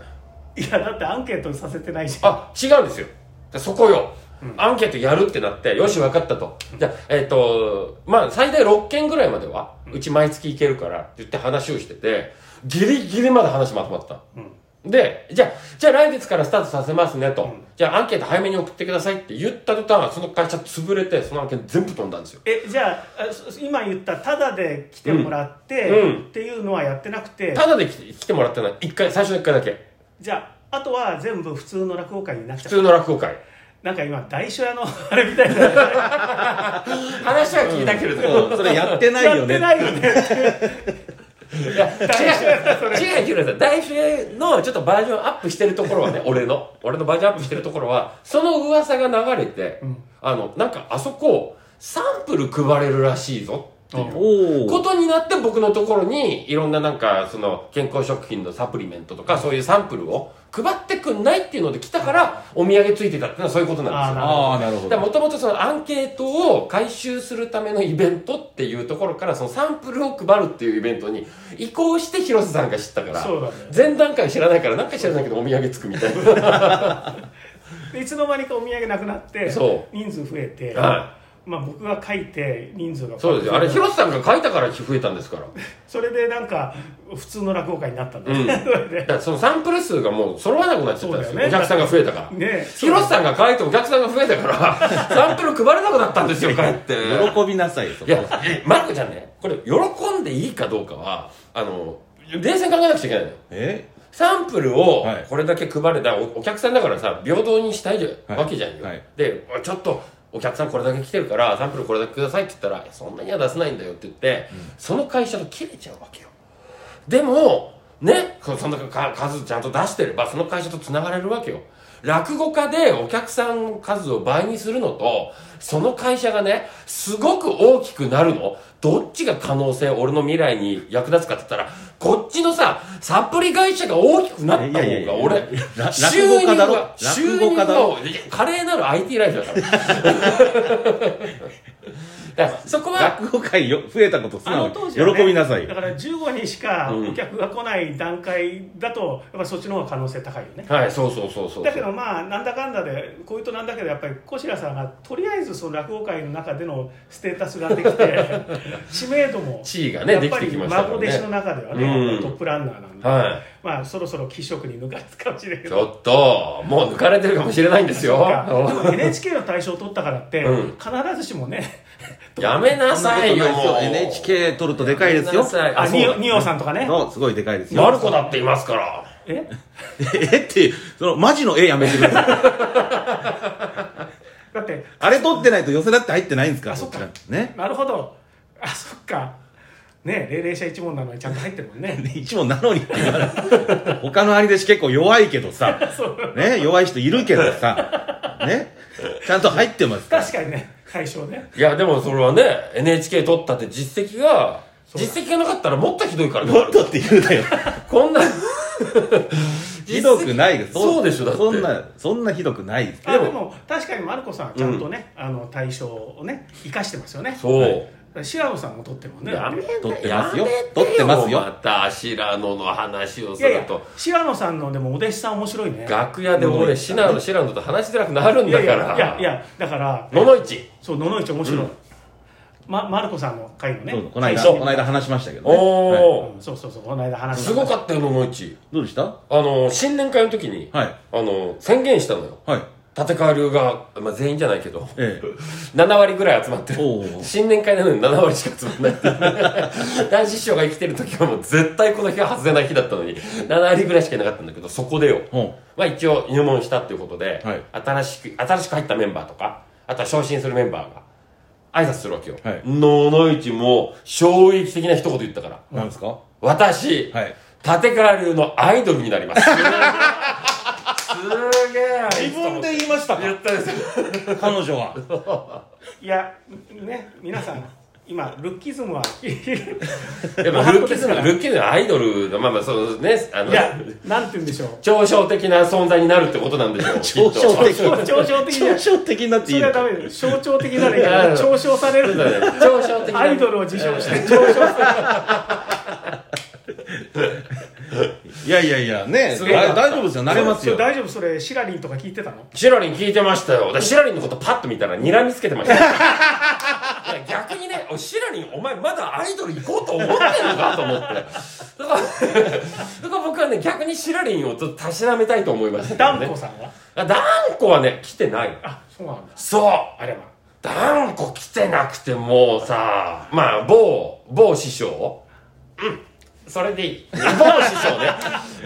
Speaker 3: いやだってアンケートさせてないじゃん
Speaker 1: あ、違うんですよ。そこよ。アンケートやるってなって、よし、分かったと。じゃあ、えっ、と、まあ、最大6件ぐらいまでは、うち毎月行けるからって言って話をしてて、ギリギリまで話まとまった。で、じゃあ、じゃあ来月からスタートさせますねと。じゃあアンケート早めに送ってくださいって言った途端、その会社潰れて、その案件全部飛んだんですよ。
Speaker 3: えじゃああそ今言ったタダで来てもらって、
Speaker 1: うんうん
Speaker 3: っていうのはやってなくて
Speaker 1: ただで来て来てもらったのは、一回、最初の一回だけ。
Speaker 3: じゃああとは全部普通の落語会になっち
Speaker 1: 普
Speaker 3: ゃう
Speaker 1: 通の落語会。
Speaker 3: なんか今大書屋のあれみたいな
Speaker 1: 話は聞いたけれども、
Speaker 2: それやってない
Speaker 3: や
Speaker 2: よ
Speaker 3: っ
Speaker 2: ね
Speaker 3: てないよね
Speaker 1: いや違う違う違う違う大学のちょっとバージョンアップしてるところはね俺の俺のバージョンアップしてるところはその噂が流れて、あのなんかあそこサンプル配れるらしいぞっていう
Speaker 2: お
Speaker 1: こ
Speaker 2: お
Speaker 1: とになって僕のところにいろんななんかその健康食品のサプリメントとかそういうサンプルを配ってくんないっていうので来たからお土産ついてたっていうのはそういうことなんですよ。
Speaker 2: ああなるほ
Speaker 1: だ
Speaker 2: ど
Speaker 1: もともとそのアンケートを回収するためのイベントっていうところからそのサンプルを配るっていうイベントに移行して広瀬さんが知ったから
Speaker 3: そうだね
Speaker 1: 前段階知らないから何か知らないけどお土産つくみたいな
Speaker 3: でいつの間にかお土産なくなって
Speaker 1: そ
Speaker 3: 人数増えて、
Speaker 1: は
Speaker 3: まあ、僕が書いて人数が
Speaker 1: そうですよあれ広瀬さんが書いたから増えたんですから
Speaker 3: それでなんか普通の落語会になったんだよ
Speaker 1: うん
Speaker 3: ね、そ れで
Speaker 1: だからそのサンプル数がもう揃わなくなっちゃったんです
Speaker 3: そ
Speaker 1: よ
Speaker 3: うだよね
Speaker 1: お客さんが増えたから、
Speaker 3: ねえ
Speaker 1: 広瀬さんが書いてお客さんが増えたからサンプル配れなくなったんですよ帰って
Speaker 2: 喜びなさいそ
Speaker 1: い
Speaker 2: こ
Speaker 1: や、えマルコちゃんね、これ、喜んでいいかどうかは、あの、冷静に考えなくちゃいけないのよ。
Speaker 2: え
Speaker 1: サンプルを
Speaker 2: はい
Speaker 1: これだけ配れた、おお客さんだからさ、平等にしたいじゃん
Speaker 2: はい
Speaker 1: わけじゃんよ。
Speaker 2: はい
Speaker 1: で、ちょっと、お客さんこれだけ来てるから、サンプルこれだけくださいって言ったら、そんなには出せないんだよって言って、その会社と切れちゃうわけよ。でも、ね、そそんなか数ちゃんと出してれば、その会社と繋がれるわけよ。落語家でお客さんの数を倍にするのと、その会社がね、すごく大きくなるの、どっちが可能性、俺の未来に役立つかって言ったら、こっちのさ、サプリ会社が大きくなった
Speaker 2: いやい
Speaker 1: 方が、
Speaker 2: やいや
Speaker 1: 俺
Speaker 2: ら、
Speaker 1: 収入
Speaker 2: 落語家だろ
Speaker 1: が、収
Speaker 2: 落
Speaker 1: 入
Speaker 2: 語家だろ
Speaker 1: が、いや華麗なる IT ライフだから。 だからそこは、
Speaker 2: 落語会よ増えたこと素
Speaker 3: あ
Speaker 2: 直
Speaker 3: の
Speaker 2: に
Speaker 3: 当時はね
Speaker 2: 喜びなさい
Speaker 3: だから15人しかお客が来ない段階だと、やっぱそっちの方が可能性高いよね
Speaker 1: はい、そうそうそうそう。
Speaker 3: だけどまあなんだかんだでこういうとなんだけどやっぱり小白さんがとりあえずその落語界の中でのステータスがで きて知名度も
Speaker 1: 地位がね、
Speaker 3: やっ
Speaker 1: で
Speaker 3: ぱ
Speaker 1: きて
Speaker 3: り
Speaker 1: きましたからね。
Speaker 3: 孫弟子の中では
Speaker 1: うん
Speaker 3: ね、やっぱりトップランナーなんで、
Speaker 1: は
Speaker 3: まあそろそろ貴職に抜かれつかもしれない
Speaker 1: い。
Speaker 3: け
Speaker 1: ち
Speaker 3: ど
Speaker 1: ょっと、もう抜かれてるかもしれないんですよ。
Speaker 3: でも NHK の大賞を取ったからって、
Speaker 1: うん
Speaker 3: 必ずしもね
Speaker 1: やめな
Speaker 2: そんな
Speaker 1: さ
Speaker 2: ことない
Speaker 1: いよ
Speaker 2: です。よ NHK 取るとでかいですよ
Speaker 1: やめなさい
Speaker 3: あ
Speaker 1: あ、
Speaker 3: ニ
Speaker 1: そう
Speaker 3: オニオさんとかね
Speaker 2: そうすごいでかいです
Speaker 1: マ
Speaker 2: よ
Speaker 1: ルコだっていますから。
Speaker 3: え
Speaker 2: えってそのマジの絵やめてください
Speaker 3: だって
Speaker 2: あれ取ってないと寄せだって入ってないんですから
Speaker 3: あそっか
Speaker 2: こちらね
Speaker 3: なるほどあそっかね霊霊者一問なのにちゃんと入ってるもんね
Speaker 2: 一問なのにって言われる他の兄弟子結構弱いけどさ
Speaker 3: そう
Speaker 2: ね弱い人いるけどさねちゃんと入ってますから
Speaker 3: 確かにね対象ね
Speaker 1: いや、でもそれはね、NHK 取ったって実績が、
Speaker 3: そうだ
Speaker 1: 実績がなかったらもっとひどいからね。
Speaker 2: もっとって言うなよ
Speaker 1: こんな、
Speaker 2: ひどくないです
Speaker 1: そうでしょ、だって。
Speaker 2: そんなそんなひどくないです
Speaker 3: あ
Speaker 1: で
Speaker 3: で
Speaker 1: も
Speaker 3: も確かにマルコさんはちゃんとね、あの対象をね生かしてますよね
Speaker 1: そう。
Speaker 3: シアゴさんも取ってるもんね
Speaker 1: やめ
Speaker 3: い
Speaker 2: 取ってますよ
Speaker 1: やめて
Speaker 2: 取ってますよ
Speaker 1: また、シラノの話をす
Speaker 3: やい
Speaker 1: る
Speaker 3: や
Speaker 1: と。
Speaker 3: シアノさんのでもお弟子さん面白いね
Speaker 1: 楽屋で俺、シラノ、シラノと話しづらくなるん
Speaker 3: い
Speaker 1: だ
Speaker 3: や
Speaker 1: から。
Speaker 3: いやいやいやだから
Speaker 1: 野々市。
Speaker 3: そう野々市面白い、
Speaker 1: うん
Speaker 3: ま、マルコさんの会のね
Speaker 2: そうそうこの間
Speaker 1: そう
Speaker 2: この間話しましたけどねはい
Speaker 1: おー
Speaker 3: うんそうそうそうこの間話した
Speaker 1: すごかったよ、野々市。
Speaker 2: どうでした
Speaker 1: あの、新年会の時に、
Speaker 2: はい
Speaker 1: あの、宣言したのよ。
Speaker 2: はい
Speaker 1: 立川流が、まあ、全員じゃないけど、
Speaker 2: え
Speaker 1: 7割ぐらい集まって
Speaker 2: おうお
Speaker 1: る。
Speaker 2: う
Speaker 1: 新年会なのに7割しか集まんないって いう。男子師匠が生きてる時はもう絶対この日は外れない日だったのに、7割ぐらいしかいなかったんだけど、そこでよ。
Speaker 2: えほ
Speaker 1: まあ一応入門したっていうことで、
Speaker 2: はい
Speaker 1: 新しく、新しく入ったメンバーとか、あとは昇進するメンバーが、挨拶するわけよ。
Speaker 2: はい
Speaker 1: 野々市も衝撃的な一言言ったから、
Speaker 2: うなんですか
Speaker 1: 私、
Speaker 2: はい
Speaker 1: 立川流のアイドルになります。すげえ。
Speaker 2: 自分で言いました
Speaker 1: 言
Speaker 2: か
Speaker 1: ったんですよ。
Speaker 2: 彼女はい
Speaker 3: やね皆さん今ルッキズムは
Speaker 1: でもルッキズム、ルッキズムはアイドルの、まあまあそうですね、あの
Speaker 3: い、やなんて言うんでしょう
Speaker 1: 嘲笑的な存在になるってことなんでし ょう。
Speaker 2: 嘲
Speaker 1: きっと
Speaker 2: 笑的
Speaker 3: 嘲笑的じゃない
Speaker 2: 嘲笑的になって
Speaker 3: そ
Speaker 2: いい
Speaker 3: れ
Speaker 2: の
Speaker 3: はダメです象徴的ならいいけど嘲笑されるんだよ
Speaker 1: 嘲笑的な。
Speaker 3: アイドルを自称して嘲笑される
Speaker 2: いやいやいやね
Speaker 1: すごい
Speaker 2: 大大丈夫ですよ慣れます
Speaker 3: そ
Speaker 2: よ
Speaker 3: れ大丈夫それシラリンとか聞いてたの
Speaker 1: シラリン聞いてましたよ。私シラリンのことパッと見たら睨みつけてま した。いや逆にね、おいシラリン、お前まだアイドル行こうと思ってんのかと思って。だから、だから僕はね、逆にシラリンをちょっとたしなめたいと思いましたけど
Speaker 3: ダ
Speaker 1: ね。
Speaker 3: ンコさんは
Speaker 1: あダンコはね、来てない。
Speaker 3: あそうなんだ
Speaker 1: そう
Speaker 3: あれは
Speaker 1: ダンコ来てなくてもうさ、まあ、某、某師匠、うん、それでい い某師匠ね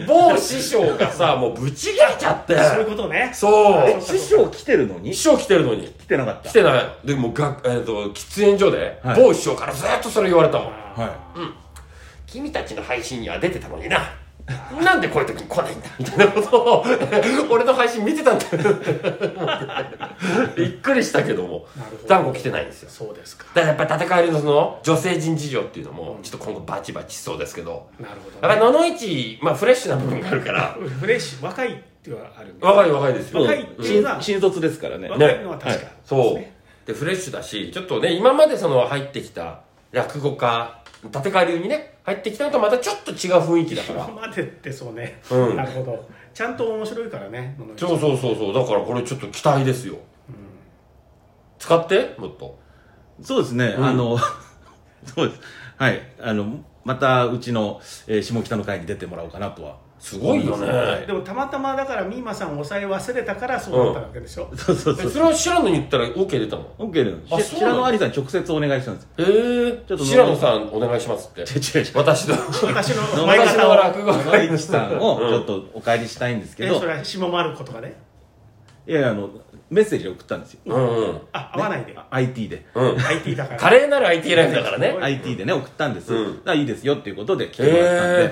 Speaker 1: 某師匠がさもうぶち切れちゃって
Speaker 3: そういうことね
Speaker 1: そう
Speaker 2: 師匠来てるのに
Speaker 1: 師匠来てるのに
Speaker 2: 来てなかった
Speaker 1: 来てないでもうが、えー、と喫煙所で、
Speaker 2: はい
Speaker 1: 某師匠からずっとそれ言われたもん
Speaker 2: はい
Speaker 1: 君たちの配信には出てたのにななんでこういう時に来ないんだみたいなことを俺の配信見てたんだ びっくりしたけども
Speaker 3: なるほど
Speaker 1: 断固来てないんですよ
Speaker 3: そうですか
Speaker 1: だからやっぱ立川流のその女性人事情っていうのもちょっと今後バチバチしそうですけど
Speaker 3: なるほど
Speaker 1: やっぱり
Speaker 3: ね
Speaker 1: 野々市、まあ、フレッシュな部分があるから
Speaker 3: フレッシュ若いっていうのはあるんで
Speaker 1: 若い若いですよ
Speaker 3: 若いっていうのは
Speaker 2: 新新卒ですからね
Speaker 1: ね
Speaker 3: 若いのは確か
Speaker 1: そう
Speaker 3: ですね
Speaker 1: でフレッシュだしちょっとね今までその入ってきた落語家立川流にね入ってきたのとまたちょっと違う雰囲気だから
Speaker 3: 今までってそうね、
Speaker 1: うん
Speaker 3: なるほどちゃんと面白いからね野々市
Speaker 1: そうそうそうそうだからこれちょっと期待ですよ、使ってもっと
Speaker 2: そうですね、
Speaker 1: ん
Speaker 2: あの そうですはいあのまたうちの、えー下北の会に出てもらおうかなとは
Speaker 1: すごいよね、
Speaker 2: はい
Speaker 3: でもたまたまだからミーマさんを抑え忘れたからそうなったわけでしょ、
Speaker 2: そうそうそ
Speaker 1: え
Speaker 2: う
Speaker 1: それは白野に言ったら OK 出たの
Speaker 2: OK です
Speaker 1: あそ
Speaker 2: し
Speaker 1: うなの
Speaker 2: 白野兄さんに直接お願いしたんです
Speaker 1: ええ
Speaker 2: ちょっと
Speaker 1: 白野さんお願いしますって
Speaker 2: 違う違う
Speaker 1: 私の
Speaker 3: 私 の前
Speaker 1: 私
Speaker 3: 方
Speaker 1: の
Speaker 3: を
Speaker 1: 落語
Speaker 2: 野
Speaker 1: 家
Speaker 2: 井さんをちょっとお帰りしたいんですけ
Speaker 3: え
Speaker 2: ど、
Speaker 3: それは下丸子とかね
Speaker 2: いやいやあのメッセージを送ったんですよ、
Speaker 1: うんうん
Speaker 3: あ合わない で、
Speaker 2: あ IT で
Speaker 1: うん
Speaker 3: IT だから
Speaker 1: 華麗なる IT ライフだからね
Speaker 3: うん
Speaker 2: IT でね送ったんです、
Speaker 1: うん
Speaker 2: だからいいですよっていうことで来てもらったんで、
Speaker 1: へ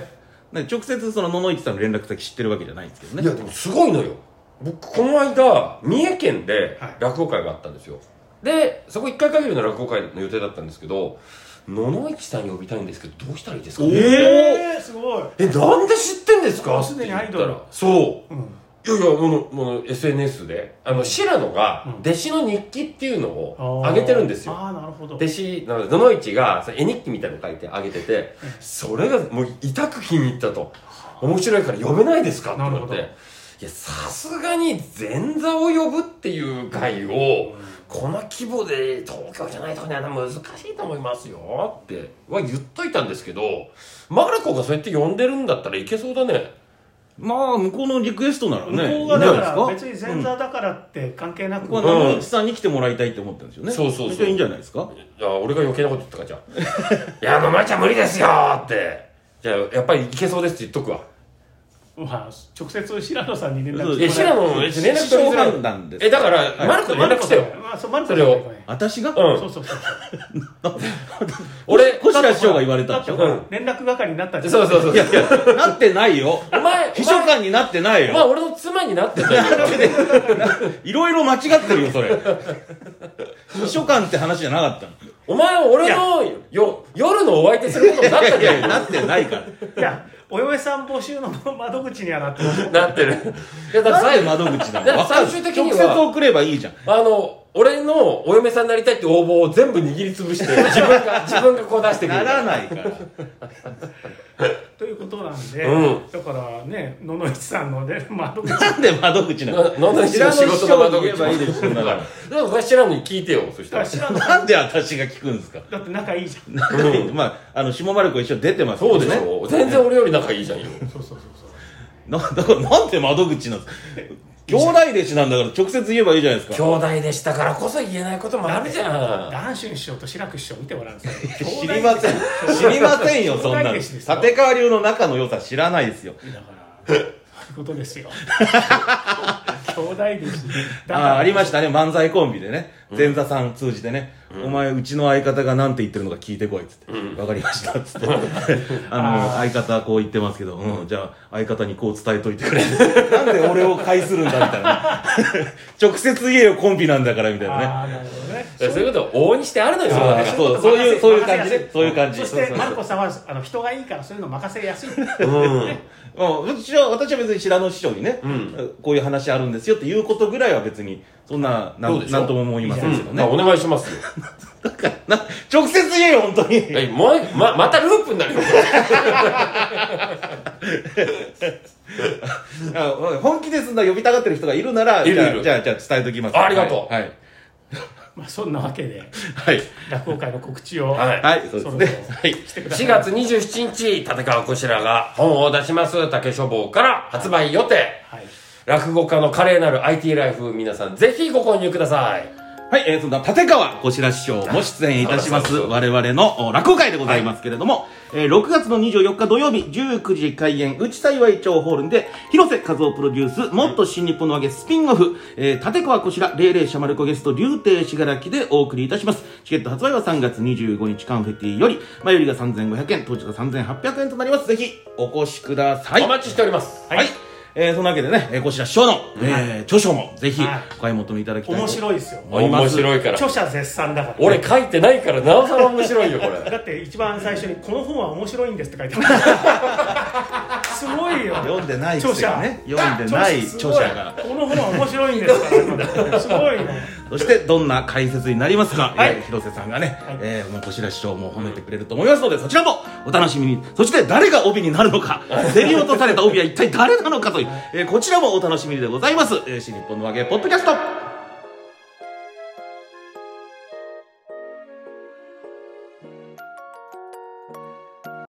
Speaker 2: なんで直接その野々市さんの連絡先知ってるわけじゃないんですけど
Speaker 1: いや
Speaker 2: ね
Speaker 1: でもすごいのよ僕この間三重県で
Speaker 3: はい
Speaker 1: 落語会があったんですよ、でそこ1回限りの落語会の予定だったんですけど野々市さん呼びたいんですけどどうしたらいいですかね
Speaker 3: えー、すごい、
Speaker 1: えなんで知ってんですか
Speaker 3: すでにアイ
Speaker 1: って
Speaker 3: ドル
Speaker 1: 言ったらそ
Speaker 3: うん、
Speaker 1: ういやいやもうもう SNS であの白野が
Speaker 3: うん
Speaker 1: 弟子の日記っていうのを上げてるんですよ
Speaker 3: あーあーなるほど
Speaker 1: 弟子なので野々市がその絵日記みたいの書いてあげててそれがもう痛く気に入ったと面白いから呼べないですかって
Speaker 3: なる
Speaker 1: 思っ
Speaker 3: ほ
Speaker 1: て
Speaker 3: ど
Speaker 1: いやさすがに前座を呼ぶっていう会をこの規模で東京じゃないとこには難しいと思いますよっては言っといたんですけどマルコがそうやって呼んでるんだったらいけそうだね
Speaker 2: まあ向こうのリクエストなら
Speaker 3: 向
Speaker 2: ね
Speaker 3: こうがだか
Speaker 2: い
Speaker 3: ら
Speaker 2: いんじゃない
Speaker 3: 別
Speaker 2: で
Speaker 3: に
Speaker 2: すか
Speaker 3: 前座だからって関係なく、
Speaker 2: ここは
Speaker 1: ん
Speaker 2: 野々市さんに来てもらいたいって思ってるんですよね、
Speaker 1: そうそうそう
Speaker 2: じゃあいいんじゃないですか
Speaker 1: いや俺が余計なこと言ったかじゃ あいや野々市は無理ですよってじゃあやっぱりいけそうですって言っとくわ
Speaker 3: まあ、直接白野さんに連絡
Speaker 2: そう
Speaker 1: いや
Speaker 3: してもら
Speaker 1: 白野
Speaker 3: え
Speaker 1: 連絡取りづらい
Speaker 2: 師匠判断です
Speaker 1: えだから、マルコに連絡してよ
Speaker 3: まあ、そう丸子
Speaker 1: それを
Speaker 3: ごめん
Speaker 2: 私が、
Speaker 1: うん
Speaker 3: そうそうそう
Speaker 1: 俺
Speaker 2: 小白師匠が言われた
Speaker 3: だ
Speaker 2: ん
Speaker 3: っ
Speaker 2: でしてょ
Speaker 3: ほら連絡係になったじゃん
Speaker 1: そうそうそう
Speaker 2: いやいやなってないよ
Speaker 1: お前
Speaker 2: 秘書官になってない
Speaker 1: お前
Speaker 2: よ
Speaker 1: 俺の妻になってたよ
Speaker 2: いろいろ間違ってるよ それ秘書官って話じゃなかったの
Speaker 1: お前は俺のよ夜のお相手することになっ
Speaker 2: い
Speaker 1: た
Speaker 2: やい
Speaker 1: じゃん
Speaker 2: やなってないから
Speaker 3: いやお嫁さん募集の窓口にはなってます
Speaker 1: なってるいやだって
Speaker 2: なん
Speaker 1: 最
Speaker 2: で
Speaker 1: 後
Speaker 2: 窓口な
Speaker 1: だっ
Speaker 2: の
Speaker 1: て最終的には
Speaker 2: 直接送ればいいじゃん
Speaker 1: あの俺のお嫁さんになりたいって応募を全部握りつぶして自分が自分がこう出してく
Speaker 2: な
Speaker 1: る
Speaker 2: らないから
Speaker 3: ということなんで、
Speaker 1: うん
Speaker 3: だからね野々市さんのね 窓口
Speaker 2: なんで窓口な
Speaker 1: な
Speaker 2: の
Speaker 1: 野々市の仕事の窓
Speaker 2: 白野師匠に言え
Speaker 1: 口
Speaker 2: ばいいでしょ
Speaker 1: だか
Speaker 2: だから
Speaker 1: だから知らんのに聞いてよそした
Speaker 3: だから
Speaker 1: ら
Speaker 3: 白野さん
Speaker 2: なんで私が聞くんですか
Speaker 3: だって仲いいじゃん
Speaker 1: う
Speaker 2: まああの下丸子一緒に出てますけ
Speaker 1: そ
Speaker 2: ど
Speaker 1: うでしょ全然俺より仲いいじゃんよ
Speaker 3: そうそうそうそう
Speaker 2: なだからなんで窓口なんですか兄弟弟子なんだから直接言えばいいじゃないです
Speaker 1: 兄
Speaker 2: か
Speaker 1: 弟でしたからこそ言えないこともあるじゃん
Speaker 3: ダンシュン師匠と白く師匠見てもらうんですよ
Speaker 2: 知りません知りませんよそんなの
Speaker 3: 兄弟弟子ですよ
Speaker 2: 立川流の仲の良さ知らないですよ
Speaker 3: だからそういうことですよ兄弟弟子だから
Speaker 2: ああーありましたね漫才コンビでね前座さん通じてね、お前うちの相方がなんて言ってるのか聞いてこい」っつって「わ、かりました」っつって あの相方はこう言ってますけど、うん、じゃあ相方にこう伝えといてく れなんで俺を介するんだみたいな 直接言えよコンビなんだからみたいなね
Speaker 3: あーなるほどね
Speaker 1: いやそういうことを往々にしてあるのよそれは
Speaker 2: あ
Speaker 1: ね
Speaker 2: ーそうそういうそういう感じ
Speaker 3: 任せ
Speaker 2: ねそういう感じ
Speaker 3: そしてマルコさんはあの人がいいからそういうの任せやすい
Speaker 2: うん、私は私は別に白野師匠にね、こういう話あるんですよっていうことぐらいは別にそんなな
Speaker 1: そうで
Speaker 2: ん
Speaker 1: しょ
Speaker 2: なんとも思いませんけど
Speaker 1: まあ
Speaker 2: ね、
Speaker 1: お願いしますよ
Speaker 2: だからな 直接言えよ本当に
Speaker 1: えもうままたループになるよ
Speaker 2: あ本気ですんだ呼びたがってる人がいるなら、
Speaker 1: いる
Speaker 2: じゃ
Speaker 1: い
Speaker 2: あ
Speaker 1: る
Speaker 2: じゃあ、じゃあ伝えときます。
Speaker 1: ありがとう
Speaker 2: はい。はい。
Speaker 3: まあそんなわけで
Speaker 2: はい。
Speaker 3: 落語会の告知を、
Speaker 1: はい
Speaker 2: はいそうですね。
Speaker 3: そろそろ
Speaker 2: はい。
Speaker 3: してくださ
Speaker 1: 4
Speaker 3: い
Speaker 1: 月27日、立川こしらが本を出します、竹書房から発売予定。
Speaker 3: はい
Speaker 1: 落語家の華麗なる IT ライフ、皆さんぜひご購入ください。
Speaker 2: はい、えー、そんな立川こしら師匠も出演いたします、我々のお落語会でございますけれども、えー6月の24日土曜日19時開演、内幸い町ホールで、広瀬和夫プロデュース、もっと新日本の揚げスピンオフ、えー、立川こしら、霊霊シャマルコゲスト、竜亭しがらきでお送りいたします。チケット発売は3月25日カンフェティより、前よりが3500円、当日が3800円となります。ぜひ、お越しください。
Speaker 1: お待ちしております
Speaker 2: はい。えー、そんなわけでね、えー、こちら師匠の、えー、著書もぜひ
Speaker 3: はい
Speaker 2: お買い求めいただきたいと
Speaker 3: 面白いですよ
Speaker 2: 思いま
Speaker 1: 面
Speaker 2: す
Speaker 1: 白いから
Speaker 3: 著者絶賛だから
Speaker 1: 俺書いてないからなおさら面白いよこれ
Speaker 3: だって一番最初に「この本は面白いんです」って書いてあるすごいよ
Speaker 2: 読んでない
Speaker 3: 著者
Speaker 2: ね読んでない著者が
Speaker 3: この本は面白いんですからすごいね
Speaker 2: そしてどんな解説になりますか、
Speaker 3: はい
Speaker 2: えー広瀬さんがね、
Speaker 3: い
Speaker 2: えー、もうこちら師匠も褒めてくれると思いますので、そちらもお楽しみにそして誰が帯になるのか競り落とされた帯は一体誰なのかという、えー、こちらもお楽しみでございます、えー、新日本の和芸ポッドキャスト